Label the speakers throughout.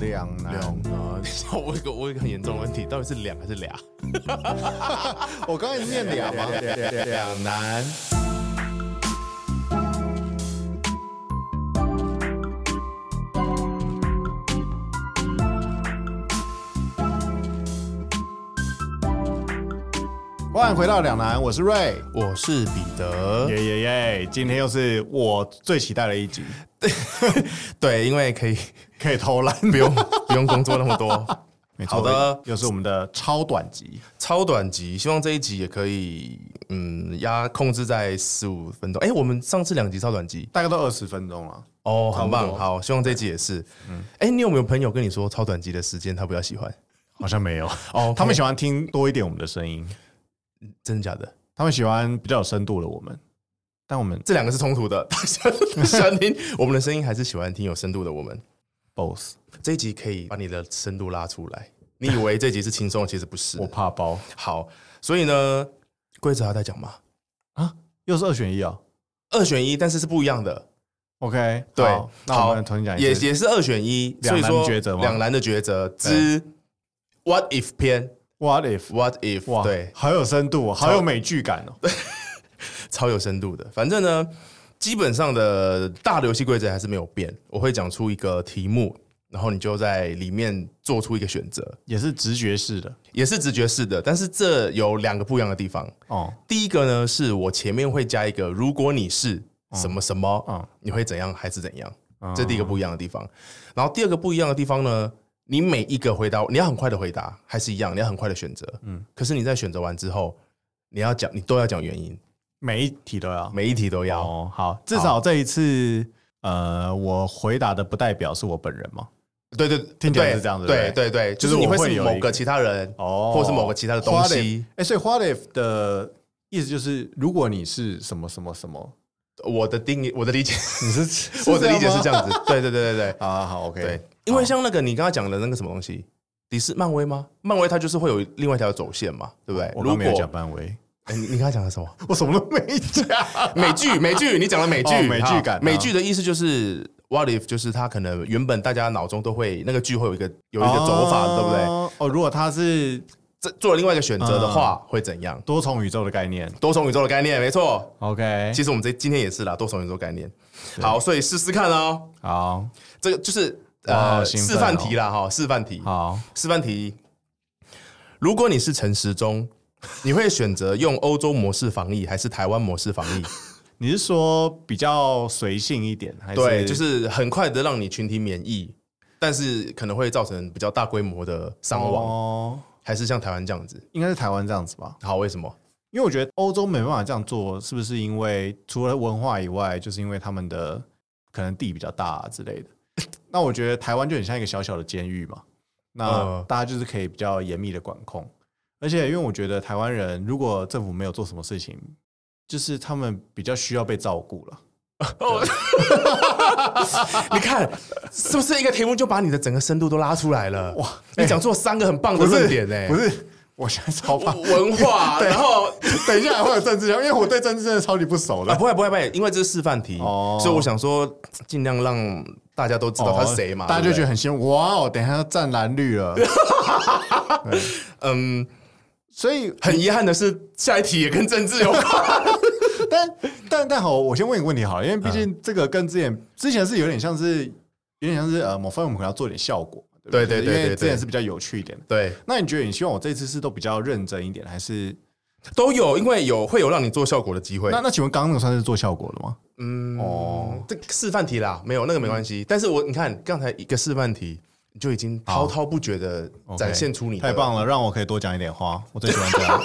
Speaker 1: 两难。
Speaker 2: 两难。呃 我有一个我有一个很严重的问题，到底是两还是俩？
Speaker 1: 我刚才念两吗？
Speaker 2: 两难。
Speaker 1: 欢迎回到两难，我是瑞。
Speaker 2: 我是彼得。
Speaker 1: 耶耶耶！今天又是我最期待的一集，
Speaker 2: 对，因为可以
Speaker 1: 可以偷懒。
Speaker 2: 不用 不用工作那么多。
Speaker 1: 没
Speaker 2: 好的
Speaker 1: 又是我们的超短集。
Speaker 2: 超短集，希望这一集也可以，嗯，压控制在十五分钟。哎、我们上次两集超短集，
Speaker 1: 大概都二十分钟了。
Speaker 2: 哦，很
Speaker 1: 差不
Speaker 2: 棒，
Speaker 1: 多
Speaker 2: 好，希望这一集也是。嗯，哎、你有没有朋友跟你说超短集的时间他比较喜欢？
Speaker 1: 好像没有
Speaker 2: 哦
Speaker 1: 他们喜欢听多一点我们的声音，
Speaker 2: 真的假的？
Speaker 1: 他们喜欢比较有深度的我们，但我们
Speaker 2: 这两个是冲突的。 大家喜欢 听我们的声音，还是喜欢听有深度的我们？
Speaker 1: both
Speaker 2: 这一集可以把你的深度拉出来。你以为这集是轻松的，其实不是
Speaker 1: 我。怕包
Speaker 2: 好，所以呢，规则还在讲嘛，
Speaker 1: 啊，又是二选一哦。
Speaker 2: 二选一，但是是不一样的。
Speaker 1: OK，
Speaker 2: 对
Speaker 1: 好，那我
Speaker 2: 好
Speaker 1: 们重新讲一
Speaker 2: 也
Speaker 1: 次。
Speaker 2: 也是二选一，所
Speaker 1: 两
Speaker 2: 以
Speaker 1: 难
Speaker 2: 说
Speaker 1: 抉择吗
Speaker 2: 两难的抉择之 What if 篇
Speaker 1: What if？
Speaker 2: ，What if
Speaker 1: 哇，
Speaker 2: 对，
Speaker 1: 好有深度哦，好有美剧感哦。
Speaker 2: 超有深度的。反正呢，基本上的大的游戏规则还是没有变。我会讲出一个题目，然后你就在里面做出一个选择，
Speaker 1: 也是直觉式的
Speaker 2: 也是直觉式的。但是这有两个不一样的地方。
Speaker 1: 哦。
Speaker 2: 第一个呢，是我前面会加一个，如果你是什么什么，
Speaker 1: 嗯
Speaker 2: 你会怎样还是怎样？
Speaker 1: 嗯
Speaker 2: 这第一个不一样的地方。然后第二个不一样的地方呢，你每一个回答，你要很快的回答，还是一样，你要很快的选择。嗯，可是你在选择完之后，你要讲，你都要讲原因，
Speaker 1: 每一题都要，
Speaker 2: 每一题都要。
Speaker 1: 哦，好，至少这一次，呃，我回答的不代表是我本人嘛。
Speaker 2: 对对，
Speaker 1: 听起来
Speaker 2: 对
Speaker 1: 是这样子对
Speaker 2: 对
Speaker 1: 不对
Speaker 2: 对对，
Speaker 1: 就
Speaker 2: 就是是你会
Speaker 1: 我会
Speaker 2: 是
Speaker 1: 有一
Speaker 2: 某
Speaker 1: 个
Speaker 2: 个其他人，
Speaker 1: 哦
Speaker 2: 或是某个其他的东西。
Speaker 1: 哎、所以 What if 的意思就是，如果你是什么什么什么，
Speaker 2: 我的定义，我的理解，
Speaker 1: 你是
Speaker 2: 我的理解是
Speaker 1: 样
Speaker 2: 这样子。对对对对对
Speaker 1: 吗。啊，好，OK，
Speaker 2: 对，因为像那个你刚刚讲的那个什么东西，迪士漫威吗？漫威它就是会有另外一条走线嘛，对不对？
Speaker 1: 我
Speaker 2: 如
Speaker 1: 刚没有
Speaker 2: 果
Speaker 1: 讲漫威，
Speaker 2: 哎你你刚刚讲 的什么？
Speaker 1: 我什么都没讲。
Speaker 2: 美剧，美剧，你讲的美
Speaker 1: 哦
Speaker 2: 剧，
Speaker 1: 美剧
Speaker 2: 好
Speaker 1: 感啊
Speaker 2: 美剧的意思就是。What if 就是它可能原本大家脑中都会那个剧会有一个 有一个走法，对不对？
Speaker 1: 对？哦，如果它是
Speaker 2: 这做了另外一个选择的
Speaker 1: 嗯
Speaker 2: 话，会怎样？
Speaker 1: 多重宇宙的概念
Speaker 2: 多重宇宙的概念，没错，
Speaker 1: ，OK，
Speaker 2: 其实我们这今天也是啦，多重宇宙概念。好，所以试试看哦。
Speaker 1: 好
Speaker 2: 这个就是
Speaker 1: 哇好
Speaker 2: 呃
Speaker 1: 兴奋哦
Speaker 2: 示范题啦，哈，示范题，
Speaker 1: 好
Speaker 2: 示范题。如果你是陈时中， 你会选择用欧洲模式防疫还是台湾模式防疫？
Speaker 1: 你是说比较随性一点，还是
Speaker 2: 对，就是很快的让你群体免疫，但是可能会造成比较大规模的伤亡，
Speaker 1: 哦，
Speaker 2: 还是像台湾这样子？
Speaker 1: 应该是台湾这样子吧？
Speaker 2: 好，为什么？
Speaker 1: 因为我觉得欧洲没办法这样做，是不是因为除了文化以外，就是因为他们的可能地比较大、啊之类的？那我觉得台湾就很像一个小小的监狱嘛，那
Speaker 2: 嗯
Speaker 1: 大家就是可以比较严密的管控，而且因为我觉得台湾人如果政府没有做什么事情，就是他们比较需要被照顾了。
Speaker 2: 啊你看，是不是一个题目就把你的整个深度都拉出来了？哇，哎你讲出了三个很棒的论点呢、哎
Speaker 1: 不是，欸 我现在超怕。
Speaker 2: 文 化，然后
Speaker 1: 等一下还会有政治，因为我对政治真的超级不熟
Speaker 2: 啊，
Speaker 1: 的。
Speaker 2: 不会不会不会，因为这是示范题，
Speaker 1: 哦
Speaker 2: 所以我想说尽量让大哦家都知道 他是谁嘛，
Speaker 1: 大家就觉
Speaker 2: 得
Speaker 1: 得很羡慕。哇哦，等一下要站蓝绿 了。对
Speaker 2: 嗯，
Speaker 1: 所以
Speaker 2: 很遗憾的是下一题也跟政治有关，
Speaker 1: 但但但好，我先问一个问题好了，因为毕
Speaker 2: 嗯
Speaker 1: 竟这个跟之前之前是有点像是有点像是呃某方面我们可能要做点效果，不
Speaker 2: 对对
Speaker 1: 就是因
Speaker 2: 对
Speaker 1: 为
Speaker 2: 对
Speaker 1: 之前是比较有趣一点的。
Speaker 2: 对，
Speaker 1: 那你觉得你希望我这次是都比较认真一点，还是
Speaker 2: 都有，因为有会有让你做效果的机会
Speaker 1: 那。那请问刚刚那个算是做效果了吗？
Speaker 2: 嗯，
Speaker 1: 哦
Speaker 2: 哦，这示范题啦，没有那个没关系，但是我你看刚才一个示范题。你就已经滔滔不绝的
Speaker 1: OK，
Speaker 2: 展现出你的
Speaker 1: 太棒了，让我可以多讲一点话，我最喜欢这 样。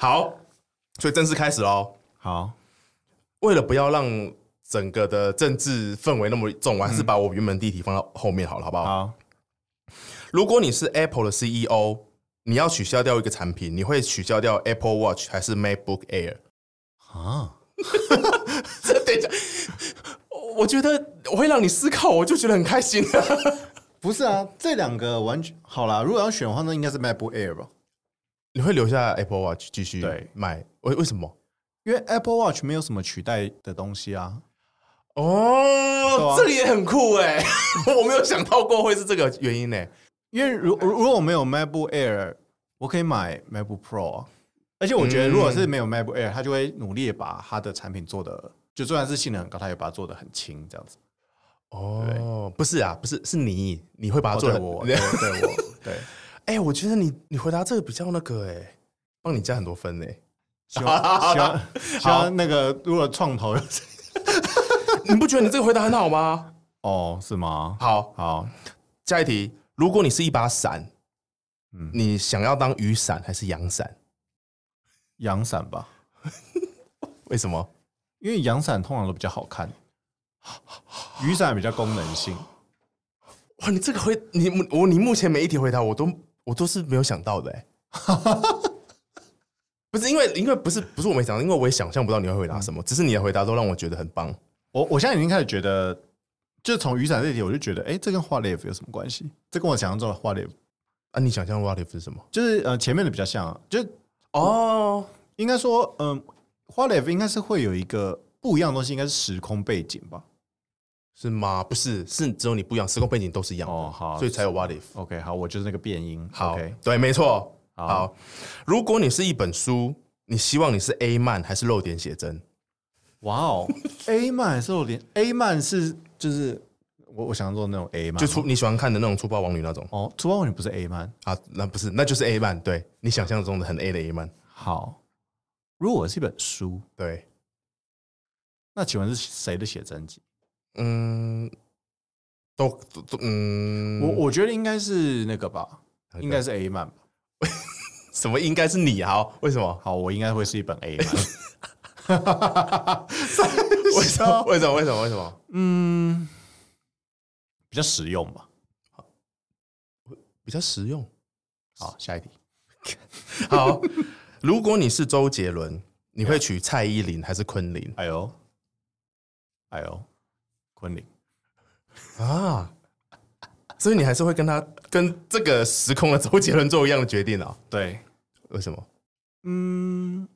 Speaker 2: 好，所以正式开始喽。
Speaker 1: 好，
Speaker 2: 为了不要让整个的政治氛围那么重，我还是把我原本第一题放到后面好了，嗯好不好？
Speaker 1: 好，
Speaker 2: 如果你是 Apple 的 CEO，你要取消掉一个产品，你会取消掉 Apple Watch 还是 MacBook Air？
Speaker 1: 啊，
Speaker 2: 这 等一下，我我觉得我会让你思考，我就觉得很开心。
Speaker 1: 不是啊，这两个完全好啦。如果要选的话，那应该是 MacBook Air 吧，
Speaker 2: 你会留下 Apple Watch 继续
Speaker 1: 对
Speaker 2: 买？为为什么？
Speaker 1: 因为 Apple Watch 没有什么取代的东西啊。
Speaker 2: 哦，
Speaker 1: 啊
Speaker 2: 这个也很酷 哎、我没有想到过会是这个原因呢、欸
Speaker 1: 因为如如如果我没有 MacBook Air，我可以买 MacBook Pro 啊。而且我觉得，如果是没有 MacBook Air，他就会努力地把他的产品做的，就虽然是性能很高，他也把它做的很轻，这样子。
Speaker 2: 哦，不是啊，不是，是你，你会把它
Speaker 1: 哦
Speaker 2: 做
Speaker 1: 对
Speaker 2: 的、
Speaker 1: 我，对 我对我，对。
Speaker 2: 哎、我觉得你你回答这个比较那个哎、帮你加很多分哎、
Speaker 1: 希望希望希望那个如果创投有
Speaker 2: 你不觉得你这个回答很好吗？
Speaker 1: 哦是吗？
Speaker 2: 好，
Speaker 1: 好，
Speaker 2: 下一题，如果你是一把伞，
Speaker 1: 嗯
Speaker 2: 你想要当雨伞还是阳伞？
Speaker 1: 阳伞吧，
Speaker 2: 为什么？
Speaker 1: 因为阳伞通常都比较好看，雨伞比较功能性。
Speaker 2: 哇，你这个回你我你目前每一题回答我都我都是没有想到的 哎、不是因为因为不是不是我没想到，因为我也想象不到你会
Speaker 1: 嗯
Speaker 2: 回答什么，只是你的回答都让我觉得很棒。
Speaker 1: 我我现在已经开始觉得，就从雨伞这题，我就觉得，哎、这跟 What If 有什么关系？这跟我想象中的 What If
Speaker 2: 啊，你想象 what if 是什么？
Speaker 1: 就是呃前面的比较像，就
Speaker 2: 哦，
Speaker 1: 应该说，嗯、花 w h a t if 应该是会有一个不一样的东西，应该是时空背景吧？
Speaker 2: 是吗？不是，是只有你不一样，时空背景都是一样的，
Speaker 1: 哦好
Speaker 2: 所以才有 what if。
Speaker 1: OK，好，我就是那个变音。
Speaker 2: 好
Speaker 1: OK，
Speaker 2: 对，没错。
Speaker 1: 好
Speaker 2: 好，如果你是一本书，你希望你是 A 漫还是露点写真？
Speaker 1: 哇哦，A 漫是我连 A 漫是就是我我想做那种 A 漫，
Speaker 2: 就粗你喜欢看的那种粗暴王女那种
Speaker 1: 哦，除暴你不是 A 漫。
Speaker 2: 啊？那不是，那就是 A 漫，对你想象中的很 A 的 A 漫，
Speaker 1: 好，如果我是一本书，
Speaker 2: 对，
Speaker 1: 那请问是谁的写真集？
Speaker 2: 嗯，都都都嗯，
Speaker 1: 我我觉得应该是那个吧，
Speaker 2: 个
Speaker 1: 应该是 A 漫吧。
Speaker 2: 什么应该是你啊？为什么？
Speaker 1: 好，我应该会是一本 A 漫。
Speaker 2: 为什么？为什么？为什么？为什么？
Speaker 1: 嗯，比较实用吧。
Speaker 2: 比较实用。
Speaker 1: 好，下一题。
Speaker 2: 好，如果你是周杰伦，你会娶蔡依林还是昆凌
Speaker 1: 哎呦，哎呦，昆凌，
Speaker 2: 啊？所以你还是会跟他跟这个时空的周杰伦做一样的决定啊？
Speaker 1: 对，
Speaker 2: 为什么？
Speaker 1: 嗯，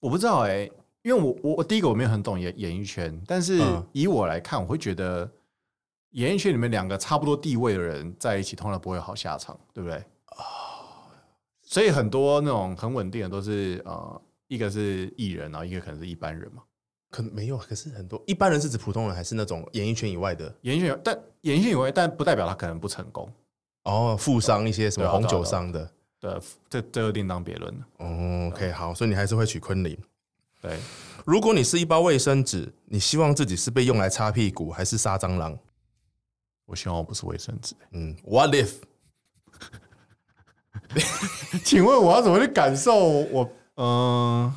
Speaker 1: 我不知道哎、因为我我我第一个我没有很懂演演艺圈，但是
Speaker 2: 嗯
Speaker 1: 以我来看，我会觉得演艺圈里面两个差不多地位的人在一起，通常不会有好下场，对不对？所以很多那种很稳定的都是呃，一个是艺人，然后一个可能是一般人嘛。
Speaker 2: 可能没有，啊可是很多一般人是指普通人，还是那种演艺圈以外的
Speaker 1: 演艺圈有，但演艺圈以外，但不代表他可能不成功。
Speaker 2: 哦，富商一些什么
Speaker 1: 对啊
Speaker 2: 红
Speaker 1: 对啊
Speaker 2: 酒
Speaker 1: 对啊
Speaker 2: 商的。
Speaker 1: 对，这这又另当别论了。
Speaker 2: 哦，OK，好，所以你还是会娶昆凌。
Speaker 1: 对，
Speaker 2: 如果你是一包卫生纸，你希望自己是被用来擦屁股还是杀蟑螂？
Speaker 1: 我希望我不是卫生纸。
Speaker 2: 嗯，What if？
Speaker 1: 请问我要怎么去感受我？嗯、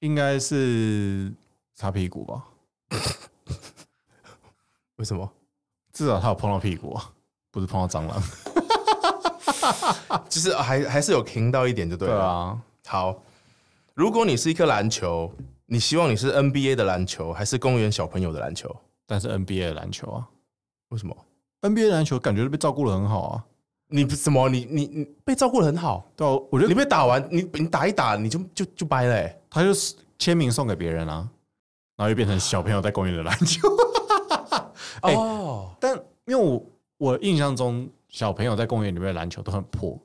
Speaker 1: 应该是擦屁股吧，
Speaker 2: 为什么？
Speaker 1: 至少他有碰到屁股啊，不是碰到蟑螂。
Speaker 2: 就是啊还还是有停到一点就对
Speaker 1: 对
Speaker 2: 了。
Speaker 1: 啊，
Speaker 2: 好，如果你是一颗篮球，你希望你是 NBA 的篮球还是公园小朋友的篮球？
Speaker 1: 但是 NBA 的篮球啊
Speaker 2: 为什么？
Speaker 1: ，NBA 的篮球感觉被照顾的很好啊。
Speaker 2: 你不什么？你你你被照顾的很好，
Speaker 1: 对啊，我觉
Speaker 2: 你
Speaker 1: 得
Speaker 2: 被打完，你你打一打你就就就掰了、欸。
Speaker 1: 他就是签名送给别人啊，然后又变成小朋友在公园的篮球。哎
Speaker 2: 哦，
Speaker 1: 但因为我我印象中小朋友在公园里面的篮球都很破。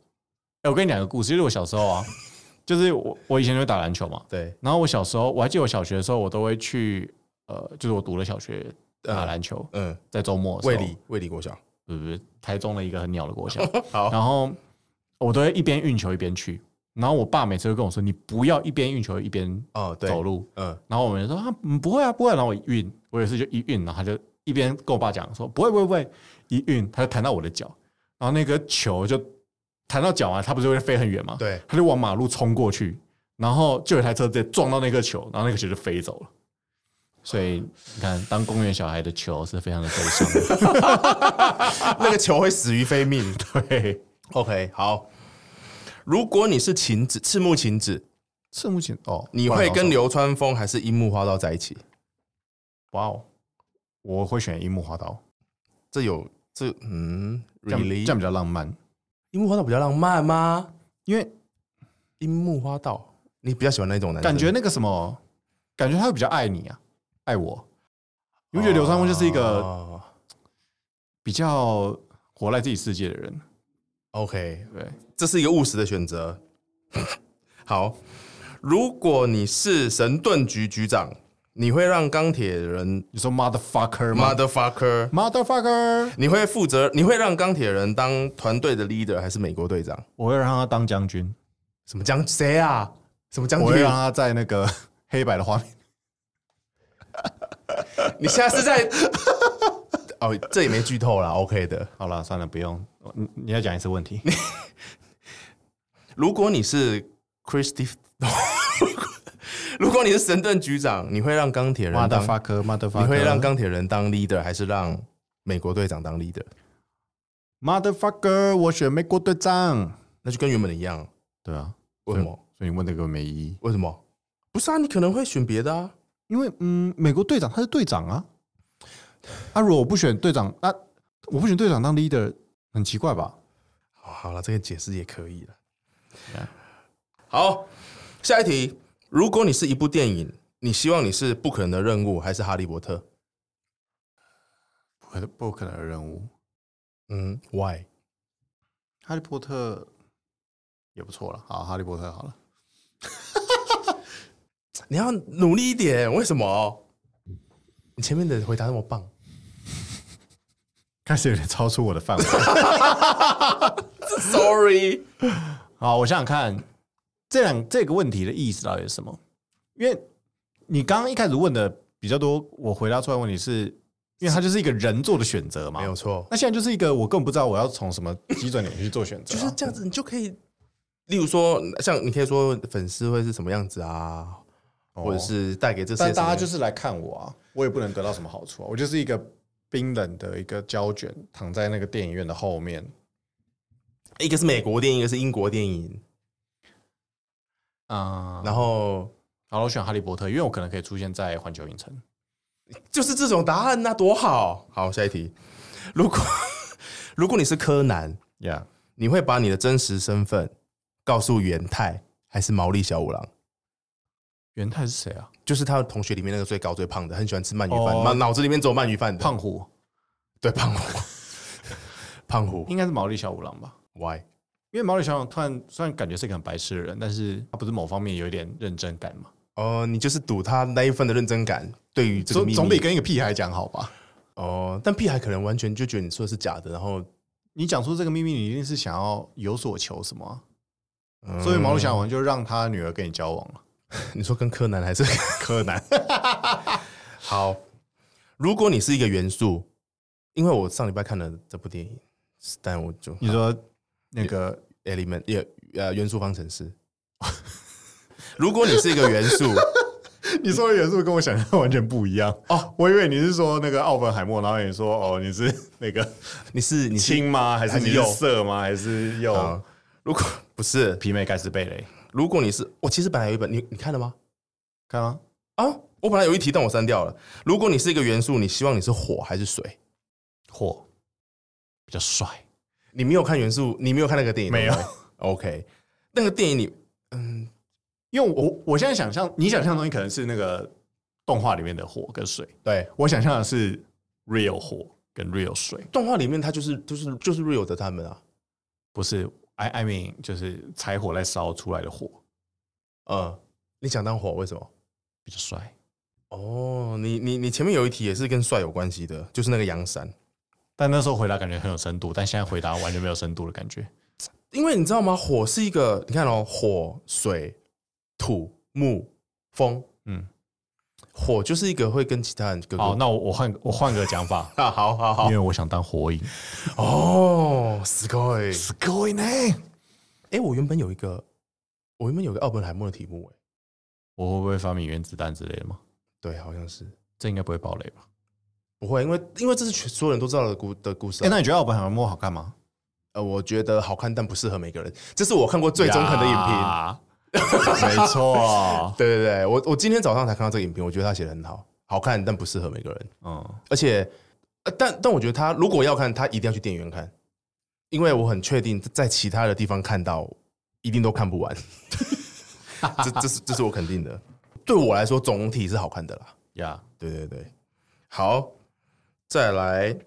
Speaker 1: 哎、我跟你讲个故事，就是我小时候啊， 就是我我以前就会打篮球嘛，
Speaker 2: 对，
Speaker 1: 然后我小时候，我还记得我小学的时候，我都会去呃，就是我读了小学打篮球，
Speaker 2: 嗯，
Speaker 1: 在周末的时候
Speaker 2: 卫理，卫理国小，
Speaker 1: 不是不是台中的一个很鸟的国小，
Speaker 2: 好
Speaker 1: 然后我都会一边运球一边去，然后我爸每次都跟我说，你不要一边运球一边
Speaker 2: 哦，对，
Speaker 1: 走路，
Speaker 2: 嗯，
Speaker 1: 然后我们就说啊嗯不会啊不会啊，然后我一运，我有一次就一运，然后他就一边跟我爸讲说不会不会不会，一运他就弹到我的脚，然后那个球就弹到脚啊，它不是会飞很远吗？
Speaker 2: 对，
Speaker 1: 他就往马路冲过去，然后就有一台车直接撞到那颗球，然后那个球就飞走了。所以你看，当公园小孩的球是非常的悲伤的。
Speaker 2: 那个球会死于非命。
Speaker 1: 对，
Speaker 2: OK，好。如果你是晴子，赤木晴子，
Speaker 1: 赤木晴哦，
Speaker 2: 你
Speaker 1: 不然
Speaker 2: 会
Speaker 1: 要
Speaker 2: 跟
Speaker 1: 说
Speaker 2: 流川枫还是樱木花道在一起？
Speaker 1: 哇哦，我会选樱木花道，
Speaker 2: 这有这嗯
Speaker 1: 这样这样
Speaker 2: ，really？
Speaker 1: 比较浪漫，
Speaker 2: 樱木花道比较浪漫吗？
Speaker 1: 因为
Speaker 2: 樱木花道，你比较喜欢哪一种男生？
Speaker 1: 感觉那个什么，感觉他会比较爱你啊，爱我。你不觉得刘川枫就是一个
Speaker 2: 哦
Speaker 1: 比较活在自己世界的人？
Speaker 2: OK，
Speaker 1: 对，
Speaker 2: 这是一个务实的选择。 好，如果你是神盾局局长，你会让钢铁人
Speaker 1: 你说 motherfucker 吗
Speaker 2: motherfucker，
Speaker 1: ？motherfucker，
Speaker 2: 你会负责，你会让钢铁人当团队的 leader 还是美国队长？
Speaker 1: 我会让他当将军，
Speaker 2: 什么将谁啊？什么将
Speaker 1: 我
Speaker 2: 军
Speaker 1: 会？让他在那个 黑白的画面。
Speaker 2: 你现在是在 哦，这也没剧透啦 o、k 的。
Speaker 1: 好了，算了，不用。你你要讲一次问题，
Speaker 2: 如果你是 Christy，如果你是神盾局长，你会让钢铁 人当
Speaker 1: motherfucker，motherfucker，
Speaker 2: 你会让钢铁人当 leader，还是让美国队长当 leader？
Speaker 1: motherfucker，我选美国队长。
Speaker 2: 那就跟原本的一样。
Speaker 1: 对啊，
Speaker 2: 为什么？
Speaker 1: 所以你问这个没意义，
Speaker 2: 为什么？不是啊，你可能会选别的啊。
Speaker 1: 因为嗯，美国队长他是队长啊，啊，如果我不选队长，啊，我不选队长当 leader，很奇怪吧？
Speaker 2: 好好了，这个解释也可以了
Speaker 1: Yeah。
Speaker 2: 好，下一题。如果你是一部电影，你希望你是不可能的任务，还是哈利波特？
Speaker 1: 不可不可能的任务，
Speaker 2: 嗯，Why？
Speaker 1: 哈利波特也不错了，好，哈利波特好了，
Speaker 2: 你要努力一点。为什么？你前面的回答那么棒，
Speaker 1: 开始有点超出我的范围。
Speaker 2: Sorry，
Speaker 1: 好，我想想看，这两这个问题的意思到底是什么？因为你刚刚一开始问的比较多，我回答出来的问题是，因为它就是一个人做的选择嘛
Speaker 2: 没。有错，
Speaker 1: 那现在就是一个我根本不知道我要从什么基准点去做选择、
Speaker 2: 就
Speaker 1: 啊，
Speaker 2: 是这样子，你就可以，例如说，像你可以说粉丝会是什么样子啊，
Speaker 1: 哦
Speaker 2: 或者是带给这世界
Speaker 1: 但
Speaker 2: 什
Speaker 1: 大
Speaker 2: 么
Speaker 1: 家
Speaker 2: 样
Speaker 1: 就是来看我啊，我也不能得到什么好处啊，我就是一个冰冷的一个胶卷，躺在那个电影院的后面。
Speaker 2: 一个是美国电影，一个是英国电影，
Speaker 1: 啊、
Speaker 2: 然后
Speaker 1: 好了，我选哈利波特，因为我可能可以出现在环球影城。
Speaker 2: 就是这种答案那、多好。好，下一题，如果 如果你是柯南，
Speaker 1: Yeah，
Speaker 2: 你会把你的真实身份告诉元太还是毛利小五郎？
Speaker 1: 元太是谁啊？
Speaker 2: 就是他同学里面那个最高最胖的，很喜欢吃鳗鱼饭，
Speaker 1: 哦
Speaker 2: 脑、脑子里面只有鳗鱼饭的，
Speaker 1: 胖虎
Speaker 2: 对胖虎， 胖虎
Speaker 1: 应该是毛利小五郎吧？
Speaker 2: ，why？
Speaker 1: 因为毛利小五郎突然虽然感觉是一个很白痴的人，但是他不是某方面有一点认真感嘛？
Speaker 2: 哦，你就是赌他那一份的认真感，对于这个
Speaker 1: 总
Speaker 2: 秘密
Speaker 1: 总比跟一个屁孩讲好吧？
Speaker 2: 哦，但屁孩可能完全就觉得你说的是假的，然后、
Speaker 1: 你讲出这个秘密，你一定是想要有所求什么啊、
Speaker 2: 嗯
Speaker 1: 所以毛利小五郎就让他女儿跟你交往了。
Speaker 2: 你说跟柯南还是 柯南？好，如果你是一个元素，因为我上礼拜看了这部电影，但我就
Speaker 1: 你说那个
Speaker 2: element 也呃元素方程式。 如果你是一个元素，
Speaker 1: 你说的元素跟我想象完全不一样哦，我以为你是说那个奥本海默，然后你说哦，你是那个
Speaker 2: 你是你是
Speaker 1: 亲吗？还是
Speaker 2: 还是
Speaker 1: 你是
Speaker 2: 右
Speaker 1: 色吗？还是
Speaker 2: 啊
Speaker 1: 右？
Speaker 2: 如果 不是，
Speaker 1: 皮梅盖斯贝雷？
Speaker 2: 如果你是我其实本来有一本你你看了吗？
Speaker 1: 看啊，
Speaker 2: 啊，我本来有一题，但我删掉了。如果你是一个元素，你希望你是火还是水？
Speaker 1: 火比较帅，
Speaker 2: 你没有看元素，你没有看那个电影，
Speaker 1: 没有
Speaker 2: 对不对。OK，那个电影你嗯，
Speaker 1: 因为我我现在想象你想象的东西可能是那个动画里面的火跟水，
Speaker 2: 对，
Speaker 1: 我想象的是 real 火跟 real 水，
Speaker 2: 动画里面它就是就是就是 real 的他们啊，
Speaker 1: 不是 I I mean 就是柴火在烧出来的火
Speaker 2: 嗯，你想当火为什么？
Speaker 1: 比较帅，
Speaker 2: 哦，你你你前面有一题也是跟帅有关系的，就是那个阳伞，
Speaker 1: 但那时候回答感觉很有深度，但现在回答完全没有深度的感觉。
Speaker 2: 因为你知道吗？火是一个，你看哦，火、水、土、木、风，
Speaker 1: 嗯，
Speaker 2: 火就是一个会跟其他人格格
Speaker 1: 好，那我我换我换个讲法，
Speaker 2: 啊，好好好
Speaker 1: 因为，我想当火影。
Speaker 2: 哦，すごい。
Speaker 1: すごいね！
Speaker 2: 哎、我原本有一个，我原本有个奥本海默的题目、欸诶，
Speaker 1: 我会不会发明原子弹之类的吗？
Speaker 2: 对，好像是
Speaker 1: 这应该不会爆雷吧？
Speaker 2: 不会，因为因为这是全所有人都知道的故的故事、
Speaker 1: 哎、
Speaker 2: 啊。
Speaker 1: 那你觉得奥本海默好看吗？
Speaker 2: 呃，我觉得好看，但不适合每个人，这是我看过最中肯的影评。
Speaker 1: 评， 没 错。
Speaker 2: 对对对，我我今天早上才看到这个影评，我觉得他写的很好，好看但不适合每个人，
Speaker 1: 嗯，
Speaker 2: 而且，呃、但但我觉得他如果要看，他一定要去电影院看，因为我很确定在其他的地方看到，一定都看不完。 这这是这是我肯定的，对我来说总体是好看的啦。
Speaker 1: 呀、
Speaker 2: 对对对，好，再来。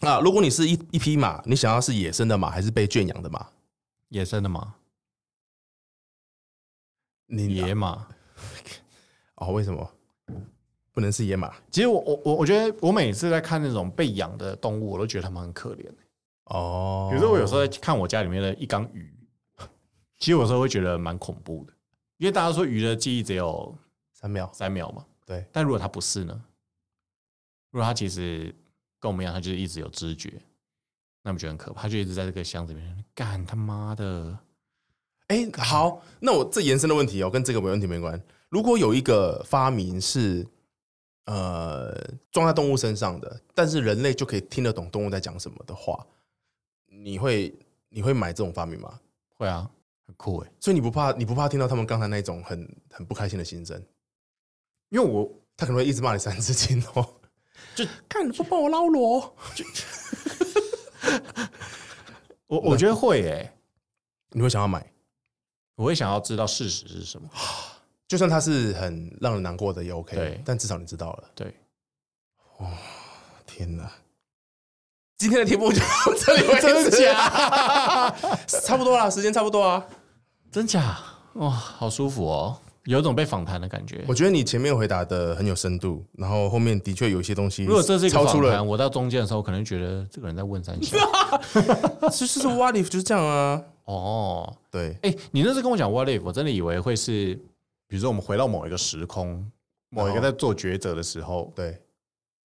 Speaker 2: 那如果你是一一匹马，你想要是野生的马还是被圈养的马？
Speaker 1: 野生的马，
Speaker 2: 你
Speaker 1: 野马。
Speaker 2: 哦，为什么不能是野马？
Speaker 1: 其实我我我我觉得我每次在看那种被养的动物，我都觉得它们很可怜。
Speaker 2: 哦，
Speaker 1: 比如说我有时候在看我家里面的一缸鱼，其实有时候会觉得蛮恐怖的，因为大家说鱼的记忆只有
Speaker 2: 三秒，
Speaker 1: 三秒嘛。
Speaker 2: 对，
Speaker 1: 但如果它不是呢？如果它其实跟我们一样，它就是一直有知觉，那不觉得很可怕？它就一直在这个箱子里面，干他妈的！
Speaker 2: 哎、好，那我这延伸的问题哦，跟这个没问题没关。如果有一个发明是呃装在动物身上的，但是人类就可以听得懂动物在讲什么的话，你会你会买这种发明吗？
Speaker 1: 会啊，很酷哎、
Speaker 2: 所以你不怕你不怕听到他们刚才那种很很不开心的心声？
Speaker 1: 因为我
Speaker 2: 他可能会一直骂你三字经哦， 就看你不帮我捞螺，
Speaker 1: 我我觉得会哎、
Speaker 2: 你会想要买，
Speaker 1: 我会想要知道事实是什么。
Speaker 2: 就算它是很让人难过的也 OK，
Speaker 1: 对
Speaker 2: 但至少你知道了。
Speaker 1: 对，
Speaker 2: 天哪！今天的题目就到这里为止，啊
Speaker 1: 真的
Speaker 2: 假？差不多 啦，时间差不多啊。
Speaker 1: 真假？哇，好舒服哦，有一种被访谈的感觉
Speaker 2: 我。觉得你前面回答的很有深度，然后后面的确有一些东西，
Speaker 1: 如果这是一个
Speaker 2: 超
Speaker 1: 访
Speaker 2: 出
Speaker 1: 谈，
Speaker 2: 了，
Speaker 1: 我到中间的时候，可能觉得这个人在问三 小。
Speaker 2: 其实是 what if 就是这样啊。
Speaker 1: 哦，
Speaker 2: 对，
Speaker 1: 哎、你那次跟我讲 what if，我真的以为会是，比如说我们回到某一个时空，某一个在做抉择的时候，
Speaker 2: 对，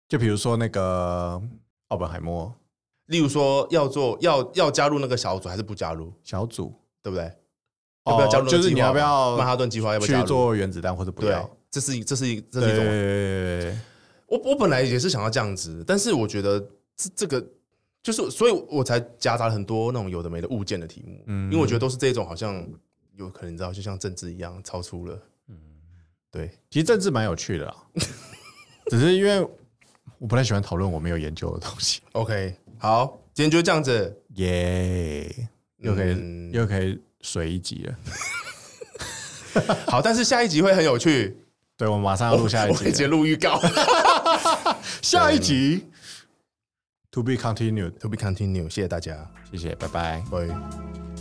Speaker 1: 就比如说那个奥本海默
Speaker 2: 例如说要做要要加入那个小组还是不加入，
Speaker 1: 小组，
Speaker 2: 对不对？要不要加入那个
Speaker 1: 哦就
Speaker 2: 计划嘛？
Speaker 1: 是你要不
Speaker 2: 曼
Speaker 1: 要
Speaker 2: 哈顿计划？要不要加
Speaker 1: 去
Speaker 2: 入？
Speaker 1: 做原子弹或者不
Speaker 2: 对
Speaker 1: 要？，
Speaker 2: 这是一这是一这
Speaker 1: 对
Speaker 2: 是
Speaker 1: 对
Speaker 2: 一种
Speaker 1: 对对
Speaker 2: 我我本来也是想要这样子，但是我觉得这这个就是，所以我才夹杂了很多那种有的没的物件的题目，
Speaker 1: 嗯
Speaker 2: 因为我觉得都是这种好像有可能你知道，就像政治一样超出了，
Speaker 1: 嗯
Speaker 2: 对，
Speaker 1: 其实政治蛮有趣的啦，只是因为我不太喜欢讨论我没有研究的东西。
Speaker 2: OK，好，今天就这样子，
Speaker 1: 耶、又可以、
Speaker 2: 嗯
Speaker 1: 又可以水一集了。
Speaker 2: 好，但是下一集会很有趣，
Speaker 1: 对，我们马上要录下一
Speaker 2: 我会
Speaker 1: 集
Speaker 2: 截
Speaker 1: 了，
Speaker 2: 录预告
Speaker 1: 下一集 to be continued。
Speaker 2: ，To be continued，谢谢大家，
Speaker 1: 谢谢，拜拜。
Speaker 2: 拜。